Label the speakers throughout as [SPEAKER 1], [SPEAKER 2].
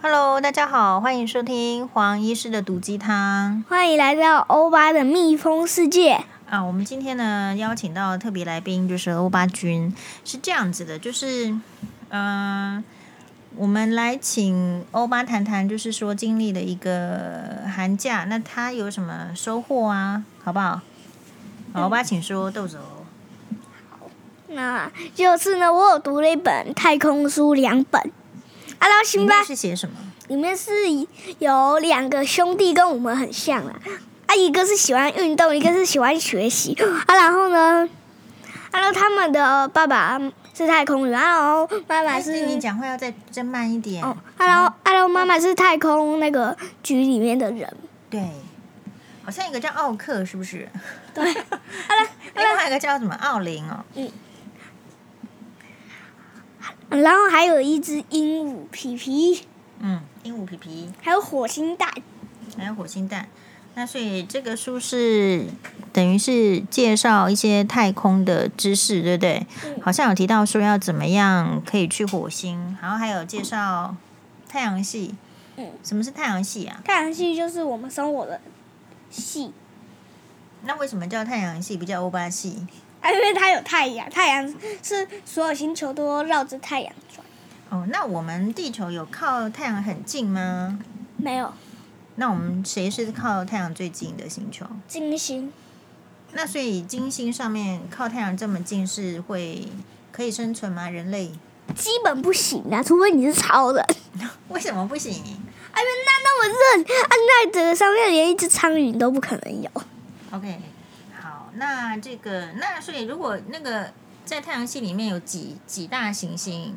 [SPEAKER 1] Hello，大家好，欢迎收听黄医师的毒鸡汤
[SPEAKER 2] 欢迎来到欧巴的蜜蜂世界。
[SPEAKER 1] 啊。我们今天呢邀请到特别来宾就是欧巴君，是这样子的，就是嗯、呃我们来请欧巴谈谈，就是说经历了一个寒假，那他有什么收获啊？好不好？
[SPEAKER 2] 嗯
[SPEAKER 1] 好，欧巴，请说，豆子哦。
[SPEAKER 2] 那就是呢，我有读了一本太空书两本，啊，到
[SPEAKER 1] 里
[SPEAKER 2] 辛巴
[SPEAKER 1] 面是写什么？
[SPEAKER 2] 里面是有两个兄弟跟我们很像啦，啊，一个是喜欢运动，一个是喜欢学习，啊，然后呢，啊，然后他们的爸爸是太空人，啊，然后妈妈
[SPEAKER 1] 但
[SPEAKER 2] 是
[SPEAKER 1] 是哎你讲话要再再慢一点。
[SPEAKER 2] 哦，啊，然后啊，然后妈妈是太空那个局里面的人，
[SPEAKER 1] 对，好像一个叫奥克，是不是？
[SPEAKER 2] 对，
[SPEAKER 1] 另外一个叫什么奥林哦？
[SPEAKER 2] 然后还有一只鹦鹉皮皮，
[SPEAKER 1] 嗯，鹦鹉皮皮。
[SPEAKER 2] 还有火星蛋。
[SPEAKER 1] 还有火星蛋。那所以这个书是等于是介绍一些太空的知识，对不对？
[SPEAKER 2] 嗯
[SPEAKER 1] 好像有提到说要怎么样可以去火星，然后还有介绍太阳系。
[SPEAKER 2] 嗯
[SPEAKER 1] 什么是太阳系啊？
[SPEAKER 2] 太阳系就是我们生活的系
[SPEAKER 1] 那为什么叫太阳系，不叫欧巴系？
[SPEAKER 2] 啊，因为它有太阳，太阳是所有星球都绕着太阳转。
[SPEAKER 1] 哦，那我们地球有靠太阳很近吗？
[SPEAKER 2] 没有
[SPEAKER 1] 那我们谁是靠太阳最近的星球？
[SPEAKER 2] 金星，
[SPEAKER 1] 那所以金星上面靠太阳这么近是会可以生存吗？人类
[SPEAKER 2] 基本不行啊，除非你是超人。
[SPEAKER 1] 为什么不行？
[SPEAKER 2] 哎呀，啊那那么热，啊，那整个上面连一只苍蝇都不可能有。
[SPEAKER 1] OK，好，那这个那所以如果那个在太阳系里面有几几大行星，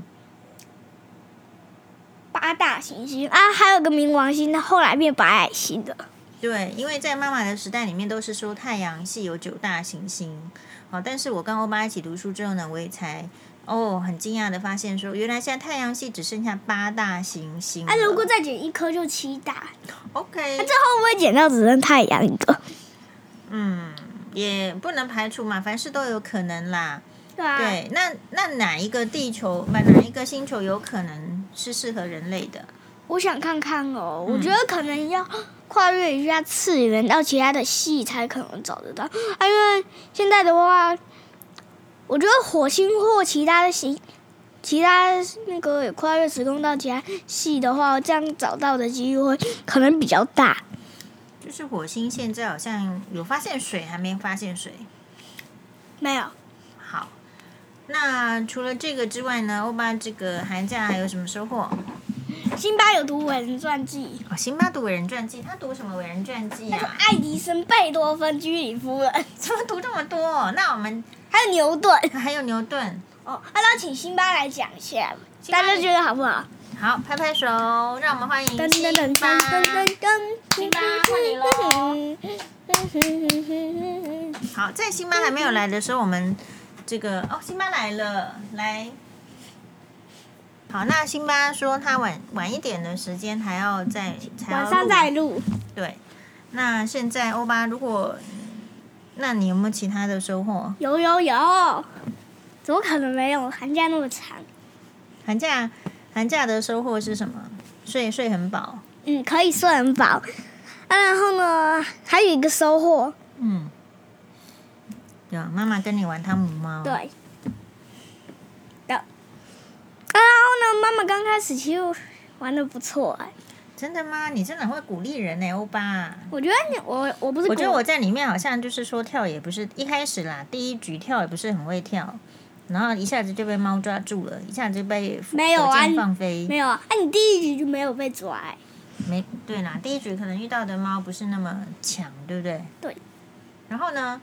[SPEAKER 2] 八大行星嗯啊，还有个冥王星，那后来变白矮星的。
[SPEAKER 1] 对，因为在妈妈的时代里面都是说太阳系有九大行星，好，但是我跟欧巴一起读书之后呢，我也才哦很惊讶的发现说，原来现在太阳系只剩下八大行星了。
[SPEAKER 2] 啊，如果啊再减一颗就七大，那、
[SPEAKER 1] OK，
[SPEAKER 2] 最后会不会减到只剩太阳一个？
[SPEAKER 1] 嗯，也不能排除嘛，凡事都有可能啦。
[SPEAKER 2] 对啊，
[SPEAKER 1] 对，那那哪一个地球，不哪一个星球有可能是适合人类的？
[SPEAKER 2] 我想看看哦，我觉得可能要跨越一下次元到其他的系才可能找得到，啊，因为现在的话，我觉得火星或其他的系，其他那个跨越时空到其他系的话，这样找到的几率会可能比较大。
[SPEAKER 1] 就是火星现在好像有发现水，还没发现水。
[SPEAKER 2] 没有，
[SPEAKER 1] 好，那除了这个之外呢，欧巴这个寒假还有什么收获？
[SPEAKER 2] 辛巴有读伟人传记，
[SPEAKER 1] 哦，辛巴读伟人传记，他读什么伟人传记
[SPEAKER 2] 那个
[SPEAKER 1] 啊？
[SPEAKER 2] 爱迪生、贝多芬、居里夫人，
[SPEAKER 1] 怎么读这么多？那我们
[SPEAKER 2] 还有牛顿。
[SPEAKER 1] 还有牛顿，
[SPEAKER 2] 哦，那、要请辛巴来讲一下，
[SPEAKER 1] 辛巴
[SPEAKER 2] 大家觉得好不好？
[SPEAKER 1] 好，拍拍手，让我们欢迎
[SPEAKER 2] 噔
[SPEAKER 1] 辛
[SPEAKER 2] 噔噔
[SPEAKER 1] 巴
[SPEAKER 2] 噔。噔噔噔，
[SPEAKER 1] 辛巴换你好，在辛巴还没有来的时候，我们这个哦，辛巴来了，来。好，那辛巴说他晚晚一点的时间还要再才要
[SPEAKER 2] 晚上
[SPEAKER 1] 录
[SPEAKER 2] 再录。
[SPEAKER 1] 对，那现在欧巴，如果那你有没有其他的收获？
[SPEAKER 2] 有有有，怎么可能没有？寒假那么长，
[SPEAKER 1] 寒假寒假的收获是什么？睡睡很饱，
[SPEAKER 2] 嗯，可以睡很饱。啊，然后呢，还有一个收获，
[SPEAKER 1] 嗯，对啊，妈妈跟你玩汤姆猫，
[SPEAKER 2] 对，的。啊然后呢，妈妈刚开始其实玩的不错哎、
[SPEAKER 1] 真的吗？你真的很会鼓励人呢、欧巴。
[SPEAKER 2] 我觉得你我我不是
[SPEAKER 1] 我觉得
[SPEAKER 2] 故
[SPEAKER 1] 我在里面好像就是说跳也不是一开始啦，第一局跳也不是很会跳，然后一下子就被猫抓住了，一下子就被
[SPEAKER 2] 没有啊
[SPEAKER 1] 火箭
[SPEAKER 2] 你
[SPEAKER 1] 放飞，
[SPEAKER 2] 没有啊，哎你第一局就没有被抓、哎
[SPEAKER 1] 没对啦，第一局可能遇到的猫不是那么强，对不对？
[SPEAKER 2] 对。
[SPEAKER 1] 然后呢？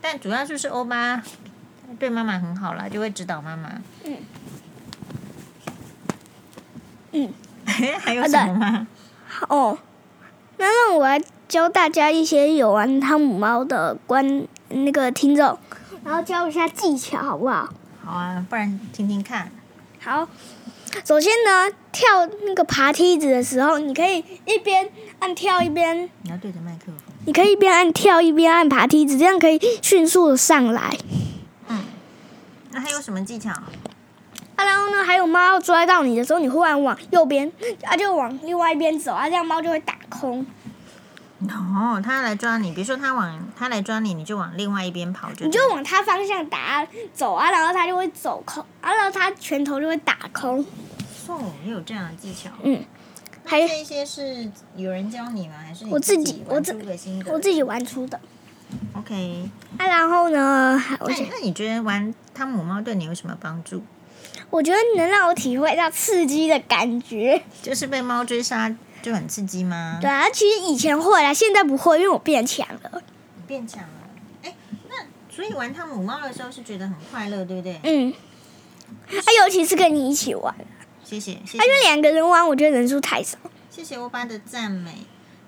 [SPEAKER 1] 但主要就是欧巴对妈妈很好啦，就会指导妈妈。
[SPEAKER 2] 嗯嗯。
[SPEAKER 1] 还有什么吗？
[SPEAKER 2] 哦，那那我来教大家一些有玩汤姆猫的观那个听众，然后教一下技巧，好不好？
[SPEAKER 1] 好啊，不然听听看。
[SPEAKER 2] 好，首先呢，跳那个爬梯子的时候，你可以一边按跳一边，
[SPEAKER 1] 你要对着麦克风。
[SPEAKER 2] 你可以一边按跳一边按爬梯子，这样可以迅速的上来。
[SPEAKER 1] 那还有什么技巧？
[SPEAKER 2] 啊，啊，然后呢，还有猫要追到你的时候，你忽然往右边，啊，就往另外一边走，啊，这样猫就会打空。
[SPEAKER 1] 哦，他来抓你，比如说他往他来抓你，你就往另外一边跑就对了，
[SPEAKER 2] 你就往它方向打走啊，然后它就会走空，啊，然后它拳头就会打空。
[SPEAKER 1] 哦，也有这样的技巧。
[SPEAKER 2] 嗯，
[SPEAKER 1] 那
[SPEAKER 2] 还
[SPEAKER 1] 这些是有人教你吗？还是你
[SPEAKER 2] 我自
[SPEAKER 1] 自
[SPEAKER 2] 己我自
[SPEAKER 1] 玩出个心得
[SPEAKER 2] 我自己玩出的。
[SPEAKER 1] OK。
[SPEAKER 2] 啊，然后呢，还我
[SPEAKER 1] 那
[SPEAKER 2] 想
[SPEAKER 1] 你那你觉得玩汤姆猫对你有什么帮助？
[SPEAKER 2] 我觉得能让我体会到刺激的感觉。
[SPEAKER 1] 就是被猫追杀就很刺激吗？
[SPEAKER 2] 对，啊，其实以前会啦，现在不会，因为我变强了。
[SPEAKER 1] 你变强了。哎，那所以玩汤姆猫的时候是觉得很快乐，对不对？
[SPEAKER 2] 嗯，啊，尤其是跟你一起玩，啊，
[SPEAKER 1] 谢谢谢
[SPEAKER 2] 因为
[SPEAKER 1] 谢
[SPEAKER 2] 两个人玩，我觉得人数太少。
[SPEAKER 1] 谢谢欧巴的赞美。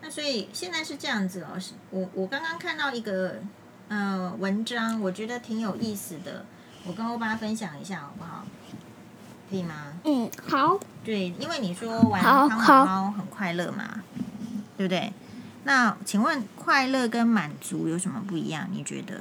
[SPEAKER 1] 那所以现在是这样子哦，是我我刚刚看到一个呃文章，我觉得挺有意思的，我跟欧巴分享一下好不好？可以吗？
[SPEAKER 2] 嗯，好，
[SPEAKER 1] 对，因为你说玩
[SPEAKER 2] 好
[SPEAKER 1] 汤姆
[SPEAKER 2] 好
[SPEAKER 1] 猫很快乐嘛，对不对？那请问快乐跟满足有什么不一样？你觉得？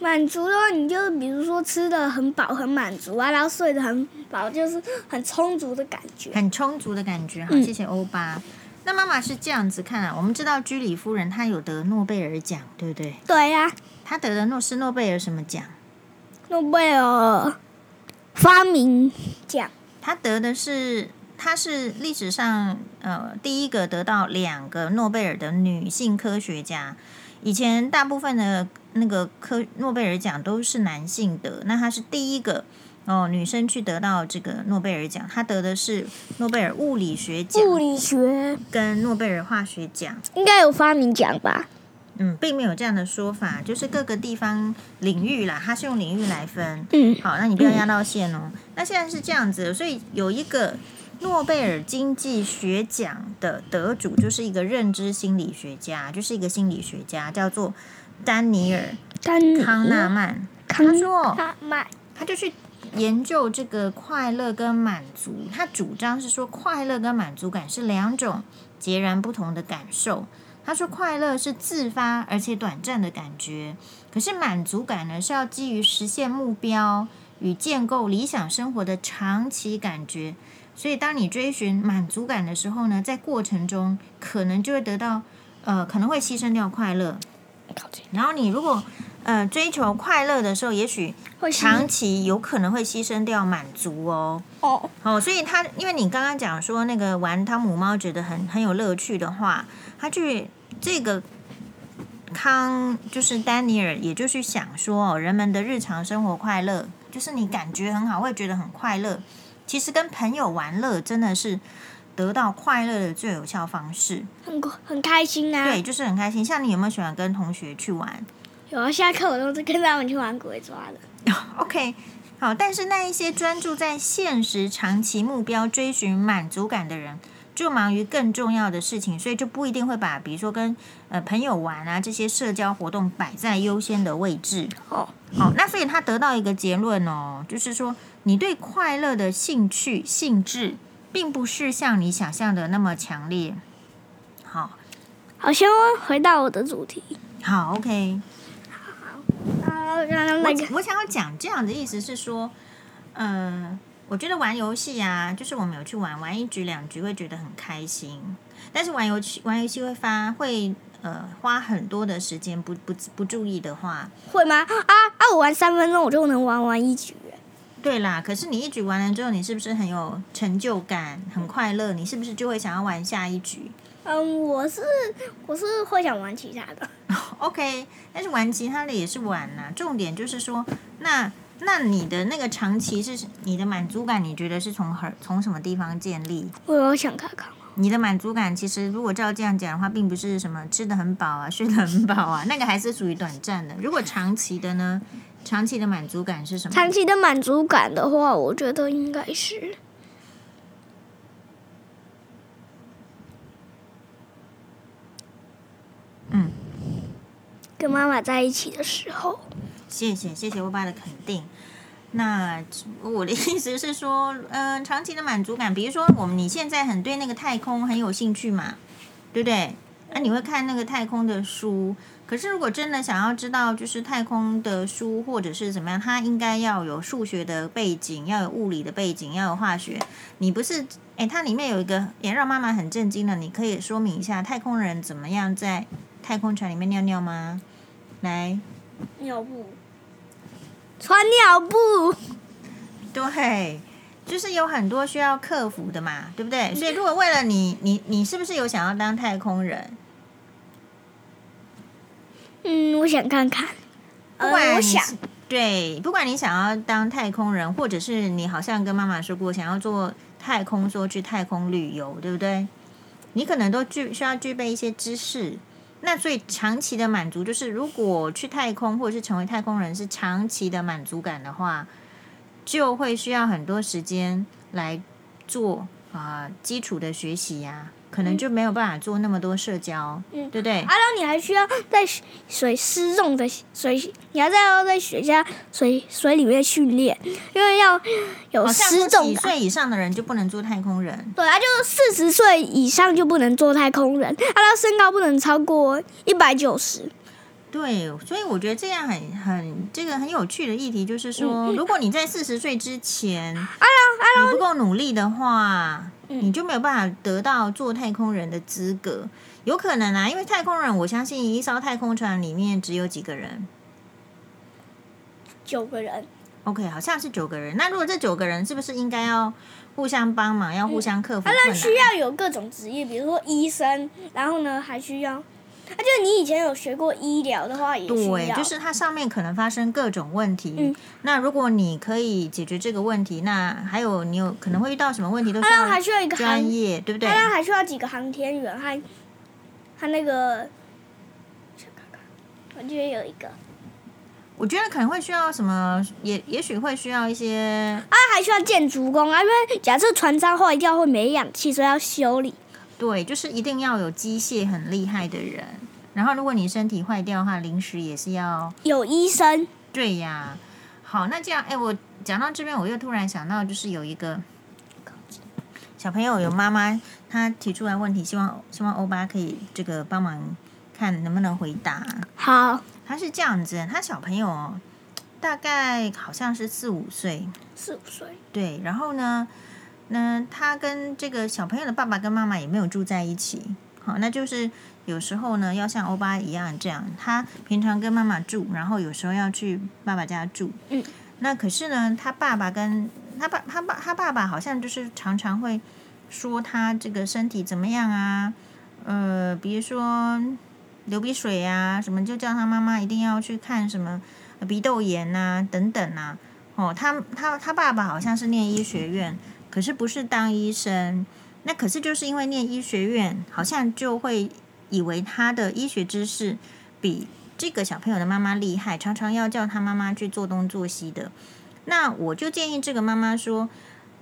[SPEAKER 2] 满足的话，你就比如说吃的很饱，很满足啊，然后睡得很饱，就是很充足的感觉。
[SPEAKER 1] 很充足的感觉哈，
[SPEAKER 2] 嗯
[SPEAKER 1] 谢谢欧巴。那妈妈是这样子看啊，我们知道居里夫人她有得诺贝尔奖，对不对？
[SPEAKER 2] 对呀、啊，
[SPEAKER 1] 她得的诺是诺贝尔什么奖？
[SPEAKER 2] 诺贝尔发明奖，
[SPEAKER 1] 她得的是，她是历史上呃第一个得到两个诺贝尔的女性科学家。以前大部分的那个科诺贝尔奖都是男性得，那她是第一个哦女生去得到这个诺贝尔奖，她得的是诺贝尔物理学奖
[SPEAKER 2] 物理学
[SPEAKER 1] 跟诺贝尔化学奖。
[SPEAKER 2] 应该有发明奖吧？
[SPEAKER 1] 嗯，并没有这样的说法，就是各个地方领域啦，它是用领域来分。
[SPEAKER 2] 嗯
[SPEAKER 1] 好，那你不要压到线哦。那现在是这样子，所以有一个诺贝尔经济学奖的得主，就是一个认知心理学家，就是一个心理学家，叫做丹尼尔
[SPEAKER 2] 丹尼
[SPEAKER 1] ·康纳曼。
[SPEAKER 2] 康
[SPEAKER 1] 他说
[SPEAKER 2] 纳曼，
[SPEAKER 1] 他就去研究这个快乐跟满足。他主张是说，快乐跟满足感是两种截然不同的感受。他说，快乐是自发而且短暂的感觉，可是满足感呢，是要基于实现目标与建构理想生活的长期感觉。所以，当你追寻满足感的时候呢，在过程中可能就会得到，呃，可能会牺牲掉快乐。然后，你如果呃追求快乐的时候，也许
[SPEAKER 2] 会是
[SPEAKER 1] 长期有可能会牺牲掉满足哦。
[SPEAKER 2] 哦，
[SPEAKER 1] 哦，所以他因为你刚刚讲说那个玩汤姆猫觉得很很有乐趣的话，他去这个康就是丹尼尔也就去想说、哦，人们的日常生活快乐，就是你感觉很好，会觉得很快乐。其实跟朋友玩乐真的是得到快乐的最有效方式。
[SPEAKER 2] 很很开心啊。
[SPEAKER 1] 对，就是很开心。像你有没有喜欢跟同学去玩？
[SPEAKER 2] 有啊，下课我都是跟他们去玩鬼抓的。
[SPEAKER 1] OK，好，但是那一些专注在现实、长期目标追寻满足感的人，就忙于更重要的事情，所以就不一定会把，比如说跟呃朋友玩啊这些社交活动摆在优先的位置。
[SPEAKER 2] 哦，
[SPEAKER 1] 好，那所以他得到一个结论哦，就是说你对快乐的兴趣兴致，并不是像你想象的那么强烈。好，
[SPEAKER 2] 好，先哦回到我的主题。
[SPEAKER 1] 好，OK。
[SPEAKER 2] 啊，然后那
[SPEAKER 1] 我
[SPEAKER 2] 个
[SPEAKER 1] 我想要讲这样的意思是说，呃，我觉得玩游戏啊，就是我们有去玩，玩一局两局会觉得很开心，但是玩游戏玩游戏会发会呃花很多的时间，不不不注意的话，
[SPEAKER 2] 会吗？啊啊，我玩三分钟，我就能玩完一局。
[SPEAKER 1] 对啦。可是你一局玩了之后，你是不是很有成就感，很快乐？你是不是就会想要玩下一局？
[SPEAKER 2] 嗯，我是我是会想玩其他的。
[SPEAKER 1] OK，但是玩其他的也是玩呐、重点就是说，那那你的那个长期是你的满足感，你觉得是从何从什么地方建立？
[SPEAKER 2] 我有想看看。
[SPEAKER 1] 你的满足感其实如果照这样讲的话，并不是什么吃的很饱啊， 睡得很饱啊，那个还是属于短暂的。如果长期的呢，长期的满足感是什么？
[SPEAKER 2] 长期的满足感的话，我觉得应该是
[SPEAKER 1] 嗯，
[SPEAKER 2] 跟妈妈在一起的时候。
[SPEAKER 1] 谢谢谢谢欧巴的肯定。那我的意思是说，嗯、长期的满足感，比如说我们你现在很对那个太空很有兴趣嘛，对不对？那、啊，你会看那个太空的书。可是如果真的想要知道，就是太空的书或者是怎么样，它应该要有数学的背景，要有物理的背景，要有化学。你不是诶，它里面有一个也让妈妈很震惊的，你可以说明一下太空人怎么样在太空船里面尿尿吗？来，
[SPEAKER 2] 尿布，穿尿布，
[SPEAKER 1] 对，就是有很多需要克服的嘛，对不对？所以如果为了你，你你是不是有想要当太空人？
[SPEAKER 2] 嗯，我想看看，
[SPEAKER 1] 不
[SPEAKER 2] 呃
[SPEAKER 1] 管、
[SPEAKER 2] 我想，
[SPEAKER 1] 对，不管你想要当太空人，或者是你好像跟妈妈说过想要做太空，说去太空旅游，对不对？你可能都具需要具备一些知识。那所以长期的满足就是，如果去太空或者是成为太空人是长期的满足感的话，就会需要很多时间来做啊、基础的学习呀、可能就没有办法做那么多社交，
[SPEAKER 2] 嗯
[SPEAKER 1] 对不对？
[SPEAKER 2] 阿然后你还需要在水水失重的水，你还在要在水下水水里面训练，因为要有
[SPEAKER 1] 好像
[SPEAKER 2] 失重
[SPEAKER 1] 几
[SPEAKER 2] 感。
[SPEAKER 1] 岁以上的人就不能做太空人。
[SPEAKER 2] 对啊，就是四十岁以上就不能做太空人，啊，他身高不能超过一百九十。
[SPEAKER 1] 对，所以我觉得这样很很这个很有趣的议题，就是
[SPEAKER 2] 嗯
[SPEAKER 1] 说，如果你在四十岁之前，
[SPEAKER 2] 哎
[SPEAKER 1] 你不够努力的话，
[SPEAKER 2] 嗯
[SPEAKER 1] 你就没有办法得到做太空人的资格。有可能啊，因为太空人，我相信一艘太空船里面只有几个人
[SPEAKER 2] 九个人，
[SPEAKER 1] ，OK，好像是九个人。那如果这九个人是不是应该要互相帮忙，要互相克服
[SPEAKER 2] 啊，
[SPEAKER 1] 困
[SPEAKER 2] 那
[SPEAKER 1] 难？
[SPEAKER 2] 需要有各种职业，比如说医生，然后呢还需要，啊，就你以前有学过医疗的话也需
[SPEAKER 1] 对，
[SPEAKER 2] 要，
[SPEAKER 1] 就是它上面可能发生各种问题。
[SPEAKER 2] 嗯
[SPEAKER 1] 那如果你可以解决这个问题，那还有你有可能会遇到什么问题都
[SPEAKER 2] 啊，
[SPEAKER 1] 需
[SPEAKER 2] 然
[SPEAKER 1] 要
[SPEAKER 2] 后还需要一个航
[SPEAKER 1] 专业，对不对
[SPEAKER 2] 当？然还需要几个航天员，还还那个，我记得有一个啊，
[SPEAKER 1] 我觉得可能会需要什么，也也许会需要一些
[SPEAKER 2] 还需要建筑工啊，因为假设船舱坏掉会没氧气，所以要修理。
[SPEAKER 1] 对，就是一定要有机械很厉害的人。然后，如果你身体坏掉的话，临时也是要
[SPEAKER 2] 有医生，
[SPEAKER 1] 对呀。好，那这样，哎，我讲到这边，我又突然想到，就是有一个小朋友有妈妈，她提出来问题，希望希望欧巴可以这个帮忙看能不能回答。
[SPEAKER 2] 好，
[SPEAKER 1] 他是这样子，他小朋友哦大概好像是四五岁，
[SPEAKER 2] 四五岁，
[SPEAKER 1] 对，然后呢，那他跟这个小朋友的爸爸跟妈妈也没有住在一起，好，那就是有时候呢要像欧巴一样这样，他平常跟妈妈住，然后有时候要去爸爸家住，
[SPEAKER 2] 嗯，
[SPEAKER 1] 那可是呢，他爸爸跟他爸他爸他爸爸好像就是常常会说他这个身体怎么样啊，呃，比如说流鼻水啊什么，就叫他妈妈一定要去看什么呃鼻窦炎啊等等啊，哦，他他他爸爸好像是念医学院，可是不是当医生。那可是就是因为念医学院，好像就会以为他的医学知识比这个小朋友的妈妈厉害，常常要叫他妈妈去做东做西的。那我就建议这个妈妈说，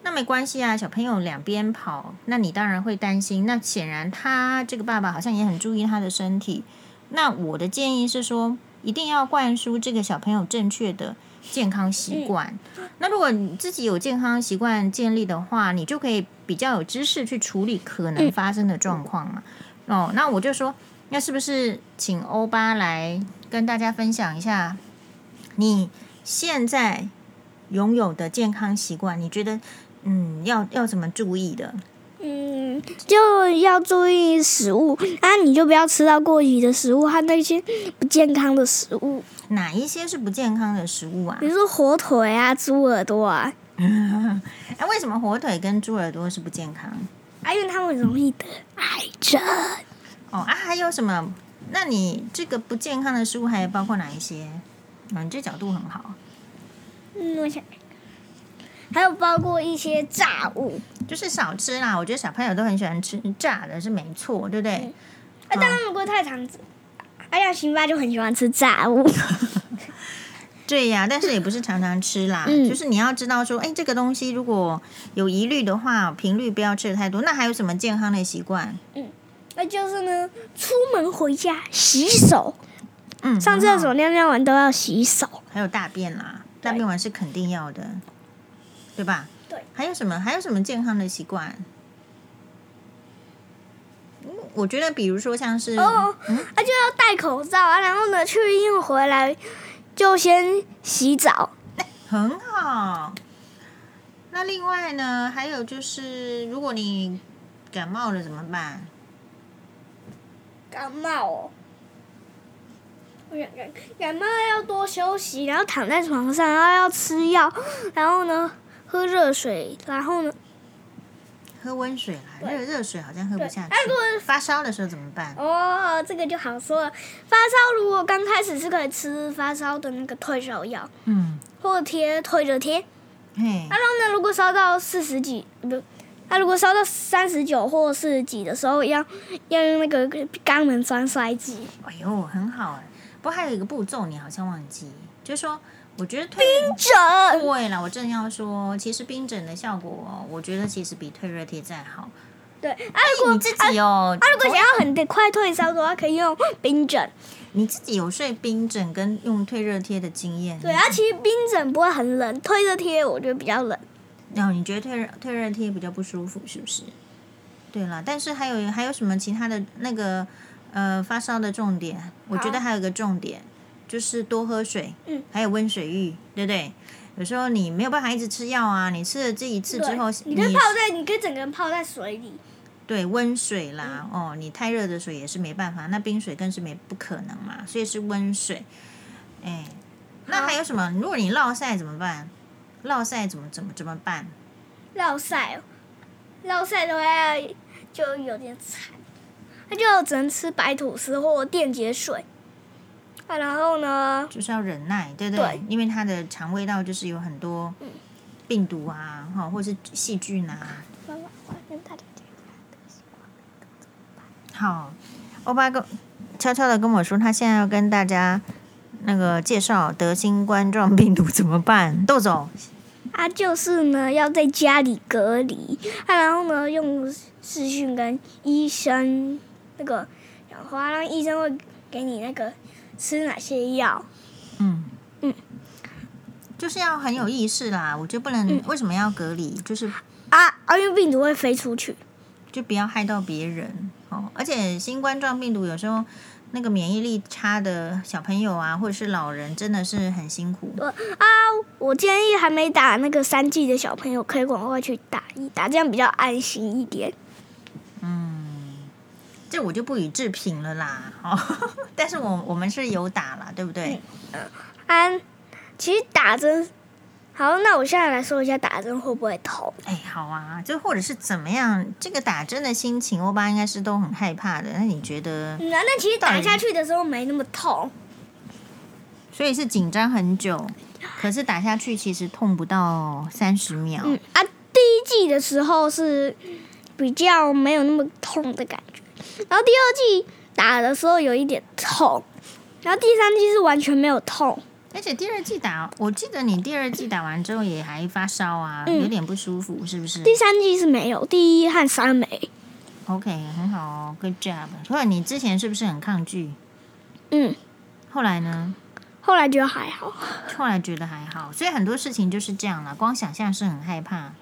[SPEAKER 1] 那没关系啊，小朋友两边跑，那你当然会担心。那显然他这个爸爸好像也很注意他的身体。那我的建议是说，一定要灌输这个小朋友正确的健康习惯。那如果你自己有健康习惯建立的话，你就可以比较有知识去处理可能发生的状况嘛。哦，那我就说，那是不是请欧巴来跟大家分享一下你现在拥有的健康习惯？你觉得嗯，要要怎么注意的？
[SPEAKER 2] 嗯，就要注意食物啊，你就不要吃到过期的食物和那些不健康的食物，
[SPEAKER 1] 哪一些是不健康的食物啊
[SPEAKER 2] 比？如说火腿啊、猪耳朵啊，
[SPEAKER 1] 哎，为什么火腿跟猪耳朵是不健康？
[SPEAKER 2] 啊，因为它们容易得癌症。
[SPEAKER 1] 哦啊，还有什么？那你这个不健康的食物还包括哪一些？嗯、你这角度很好，
[SPEAKER 2] 嗯，我想，还有包括一些炸物，
[SPEAKER 1] 就是少吃啦。我觉得小朋友都很喜欢吃炸的，是没错，对不对？
[SPEAKER 2] 啊，但他们不会太常吃。哎呀，辛巴就很喜欢吃炸物，
[SPEAKER 1] 对呀，但是也不是常常吃啦，
[SPEAKER 2] 嗯
[SPEAKER 1] 就是你要知道说，哎，这个东西如果有疑虑的话，频率不要吃的太多。那还有什么健康的习惯？
[SPEAKER 2] 那就是呢，出门回家洗手，
[SPEAKER 1] 嗯，
[SPEAKER 2] 上厕所尿尿完都要洗手。
[SPEAKER 1] 还有大便啦，
[SPEAKER 2] 对
[SPEAKER 1] 大便完是肯定要的，对吧？
[SPEAKER 2] 对。
[SPEAKER 1] 还有什么？还有什么健康的习惯？嗯我觉得比如说像是，嗯
[SPEAKER 2] 哦，啊就要戴口罩啊，然后呢去医院回来就先洗澡，
[SPEAKER 1] 很好。那另外呢，还有就是，如果你感冒了怎么办？
[SPEAKER 2] 感冒哦。我想感感冒要多休息，然后躺在床上，然后要吃药，然后呢喝热水，然后呢，
[SPEAKER 1] 喝温水啦，
[SPEAKER 2] 对
[SPEAKER 1] 热热水好像喝不
[SPEAKER 2] 对，
[SPEAKER 1] 下去
[SPEAKER 2] 那。如果
[SPEAKER 1] 发烧的时候怎么办？
[SPEAKER 2] 哦，这个就好说了。发烧如果刚开始是可以吃发烧的那个退烧药，
[SPEAKER 1] 嗯，
[SPEAKER 2] 或者贴退热贴。
[SPEAKER 1] 嘿
[SPEAKER 2] 那，然后呢，如果烧到四十几，不，那如果烧到三十九或四十几的时候，要要用那个肛门栓塞剂。
[SPEAKER 1] 哎呦，很好哎。不过还有一个步骤你好像忘记，就是说，我觉得退
[SPEAKER 2] 整
[SPEAKER 1] 对了，我正要说，其实冰枕的效果哦，我觉得其实比退热贴再好。
[SPEAKER 2] 对，啊，如果
[SPEAKER 1] 你自己哦，
[SPEAKER 2] 啊，如果想要很快退烧的话，可以用冰枕。
[SPEAKER 1] 你自己有睡冰枕跟用退热贴的经验，
[SPEAKER 2] 对，啊，其实冰枕不会很冷，退热贴我觉得比较冷。
[SPEAKER 1] 然后你觉得退热退热贴比较不舒服，是不是？对了，但是还有还有什么其他的那个呃发烧的重点？我觉得还有一个重点就是多喝水，
[SPEAKER 2] 嗯，
[SPEAKER 1] 还有温水浴，对不对？有时候你没有办法一直吃药啊，你吃了这一次之后，
[SPEAKER 2] 对你可以泡在，你可以整个人泡在水里。
[SPEAKER 1] 对温水
[SPEAKER 2] 嗯
[SPEAKER 1] 啦，哦，你太热的水也是没办法，那冰水更是没不可能嘛，所以是温水。哎，那
[SPEAKER 2] 好
[SPEAKER 1] 还有什么？如果你落晒怎么办？落晒怎么怎么怎么办？
[SPEAKER 2] 绕晒哦，绕晒的话就有点惨，那就只能吃白吐司或电解水。啊，然后呢，
[SPEAKER 1] 就是要忍耐，对不
[SPEAKER 2] 对嗯
[SPEAKER 1] 因为它的肠胃道就是有很多病毒啊，哈，或是细菌啊。
[SPEAKER 2] 妈妈，我要跟大家讲，
[SPEAKER 1] 好，欧巴跟悄悄的跟我说，他现在要跟大家那个介绍得新冠状病毒怎么办。豆总，
[SPEAKER 2] 啊，就是呢要在家里隔离，啊，然后呢用视讯跟医生那个讲话，让医生会给你那个吃哪些药。
[SPEAKER 1] 嗯
[SPEAKER 2] 嗯，
[SPEAKER 1] 就是要很有意识啦。我就不能、为什么要隔离？就是
[SPEAKER 2] 啊，啊，因为病毒会飞出去。
[SPEAKER 1] 就不要害到别人哦。而且新冠状病毒有时候那个免疫力差的小朋友啊，或者是老人，真的是很辛苦。
[SPEAKER 2] 对啊，我建议还没打那个三剂的小朋友可以赶快去打一打，这样比较安心一点。
[SPEAKER 1] 这我就不予置评了啦。哦， 但是我我们是有打啦，对不对？
[SPEAKER 2] 啊，其实打针，好，那我现在来说一下打针会不会痛。
[SPEAKER 1] 哎，好啊，就或者是怎么样，这个打针的心情，欧巴应该是都很害怕的。那你觉得，
[SPEAKER 2] 嗯、啊，那其实打下去的时候没那么痛，
[SPEAKER 1] 所以是紧张很久，可是打下去其实痛不到三十秒。
[SPEAKER 2] 嗯啊，第一季的时候是比较没有那么痛的感觉，然后第二季打的时候有一点痛，然后第三季是完全没有痛。
[SPEAKER 1] 而且第二季打，我记得你第二季打完之后也还发烧啊，
[SPEAKER 2] 嗯
[SPEAKER 1] 有点不舒服，是不是
[SPEAKER 2] 第三季是没有，第一和三没。
[SPEAKER 1] ？OK，很好哦，Good job。或者你之前是不是很抗拒？
[SPEAKER 2] 嗯，
[SPEAKER 1] 后来呢？
[SPEAKER 2] 后来就还好。
[SPEAKER 1] 后来觉得还好，所以很多事情就是这样了，光想象是很害怕，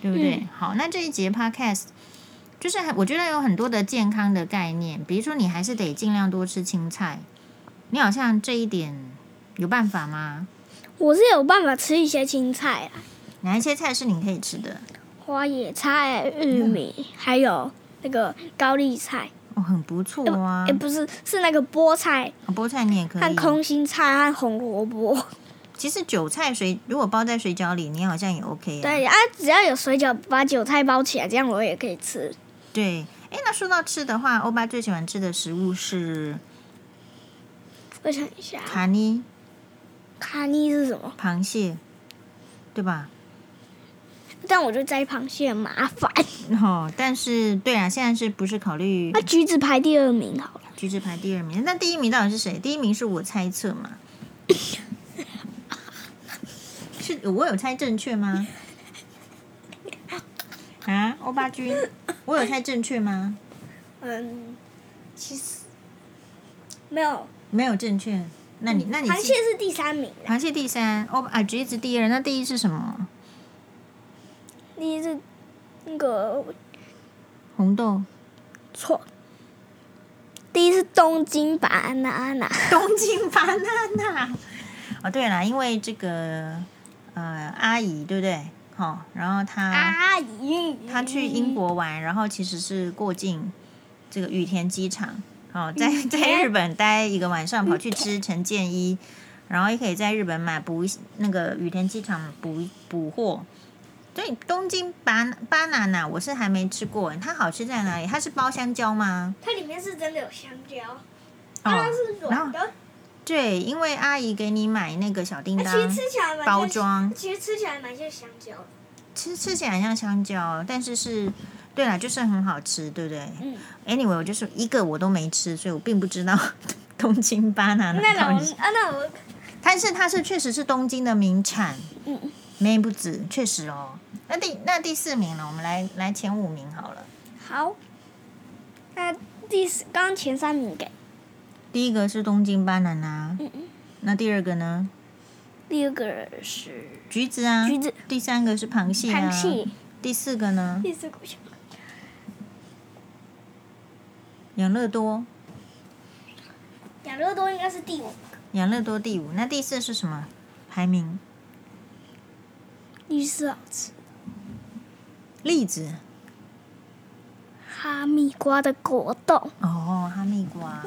[SPEAKER 1] 对不对？
[SPEAKER 2] 嗯
[SPEAKER 1] 好，那这一节 podcast 就是很我觉得有很多的健康的概念，比如说你还是得尽量多吃青菜，你好像这一点有办法吗？
[SPEAKER 2] 我是有办法吃一些青菜啊，
[SPEAKER 1] 哪一些菜是你可以吃的？
[SPEAKER 2] 花野菜、玉米，还有那个高丽菜，
[SPEAKER 1] 哦，很不错
[SPEAKER 2] 也、
[SPEAKER 1] 啊
[SPEAKER 2] 诶，不是是那个菠菜
[SPEAKER 1] 哦菠菜你也可
[SPEAKER 2] 呃和
[SPEAKER 1] 以。
[SPEAKER 2] 空心菜和红萝卜。
[SPEAKER 1] 其实韭菜水如果包在水饺里，你好像也 OK 啊。
[SPEAKER 2] 对啊，只要有水饺，把韭菜包起来，这样我也可以吃。
[SPEAKER 1] 对，哎，那说到吃的话，欧巴最喜欢吃的食物是
[SPEAKER 2] 我想一下，
[SPEAKER 1] 卡尼
[SPEAKER 2] 卡尼是什么？
[SPEAKER 1] 螃蟹，对吧？
[SPEAKER 2] 但我就摘螃蟹很麻烦。
[SPEAKER 1] 哦，但是对啊，现在是不是考虑
[SPEAKER 2] 那橘子排第二名好了，
[SPEAKER 1] 橘子排第二名？那第一名到底是谁？第一名是我猜测嘛？是我有猜正确吗？啊，欧巴君，我有猜正确吗？
[SPEAKER 2] 嗯，其实没有，
[SPEAKER 1] 没有正确。那你那你
[SPEAKER 2] 螃
[SPEAKER 1] 是
[SPEAKER 2] 蟹是第三名啦，
[SPEAKER 1] 螃蟹第三，欧巴啊橘子第二，那第一是什么？
[SPEAKER 2] 第一是那个
[SPEAKER 1] 红豆
[SPEAKER 2] 错，第一是东京吧，安娜安娜，
[SPEAKER 1] 东京巴娜娜。哦，对啦，因为这个呃阿姨对不对？好、然后她、
[SPEAKER 2] 阿姨，
[SPEAKER 1] 她去英国玩，然后其实是过境这个羽田机场。哦，在在日本待一个晚上，跑去吃陈建一，然后也可以在日本买补一那个羽田机场补补货。所以东京巴巴拿拿我是还没吃过，它好吃在哪里？它是包香蕉吗？
[SPEAKER 2] 它里面是真的有香蕉，
[SPEAKER 1] 哦
[SPEAKER 2] 它是软的，
[SPEAKER 1] 对，因为阿姨给你买那个小叮
[SPEAKER 2] 那
[SPEAKER 1] 当
[SPEAKER 2] 哎其实吃起来蛮像
[SPEAKER 1] 包，装，
[SPEAKER 2] 其实吃起来蛮像香蕉的。
[SPEAKER 1] 吃吃起来很像香蕉，但是是，对啦，就是很好吃，对不对
[SPEAKER 2] 嗯，
[SPEAKER 1] ？Anyway，我就是一个我都没吃，所以我并不知道 东京巴拿拿
[SPEAKER 2] 那
[SPEAKER 1] 到
[SPEAKER 2] 我
[SPEAKER 1] 底是，
[SPEAKER 2] 啊那我
[SPEAKER 1] 但是它是确实是东京的名产，
[SPEAKER 2] 嗯，
[SPEAKER 1] 没不止，确实哦。那第那第四名呢？我们来来前五名好了。
[SPEAKER 2] 好，那第四刚刚前三名给，
[SPEAKER 1] 第一个是东京巴拿拿，
[SPEAKER 2] 嗯嗯，
[SPEAKER 1] 那第二个呢？
[SPEAKER 2] 第二个是
[SPEAKER 1] 橘子啊，
[SPEAKER 2] 橘子。
[SPEAKER 1] 第三个是螃蟹、啊，
[SPEAKER 2] 螃蟹，
[SPEAKER 1] 第四个呢？
[SPEAKER 2] 第四个是
[SPEAKER 1] 养乐多，
[SPEAKER 2] 养乐多应该是第五，
[SPEAKER 1] 养乐多第五。那第四是什么？排名？
[SPEAKER 2] 第四好吃，
[SPEAKER 1] 栗子。
[SPEAKER 2] 哈密瓜的果冻，
[SPEAKER 1] 哦，哈密瓜，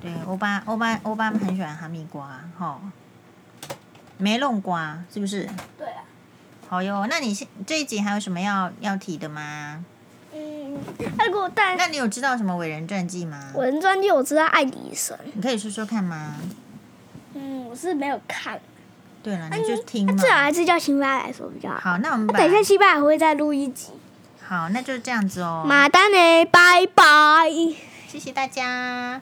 [SPEAKER 1] 对，欧巴欧巴欧巴很喜欢哈密瓜，哈、梅弄瓜是不是？
[SPEAKER 2] 对啊，
[SPEAKER 1] 好哟，那你现这一集还有什么要要提的吗？
[SPEAKER 2] 嗯，那如果带
[SPEAKER 1] 那你有知道什么伟人传记吗？
[SPEAKER 2] 我的专辑我知道爱迪生，
[SPEAKER 1] 你可以说说看吗？
[SPEAKER 2] 嗯，我是没有看，
[SPEAKER 1] 对了，
[SPEAKER 2] 那
[SPEAKER 1] 你就听
[SPEAKER 2] 嗯那
[SPEAKER 1] 嘛
[SPEAKER 2] 最。好还是叫辛巴来说比较好。
[SPEAKER 1] 好，那我们
[SPEAKER 2] 那
[SPEAKER 1] 把
[SPEAKER 2] 等一下，辛巴还会再录一集。
[SPEAKER 1] 好，那就这样子哦。
[SPEAKER 2] 马丹呢？拜拜。
[SPEAKER 1] 谢谢大家。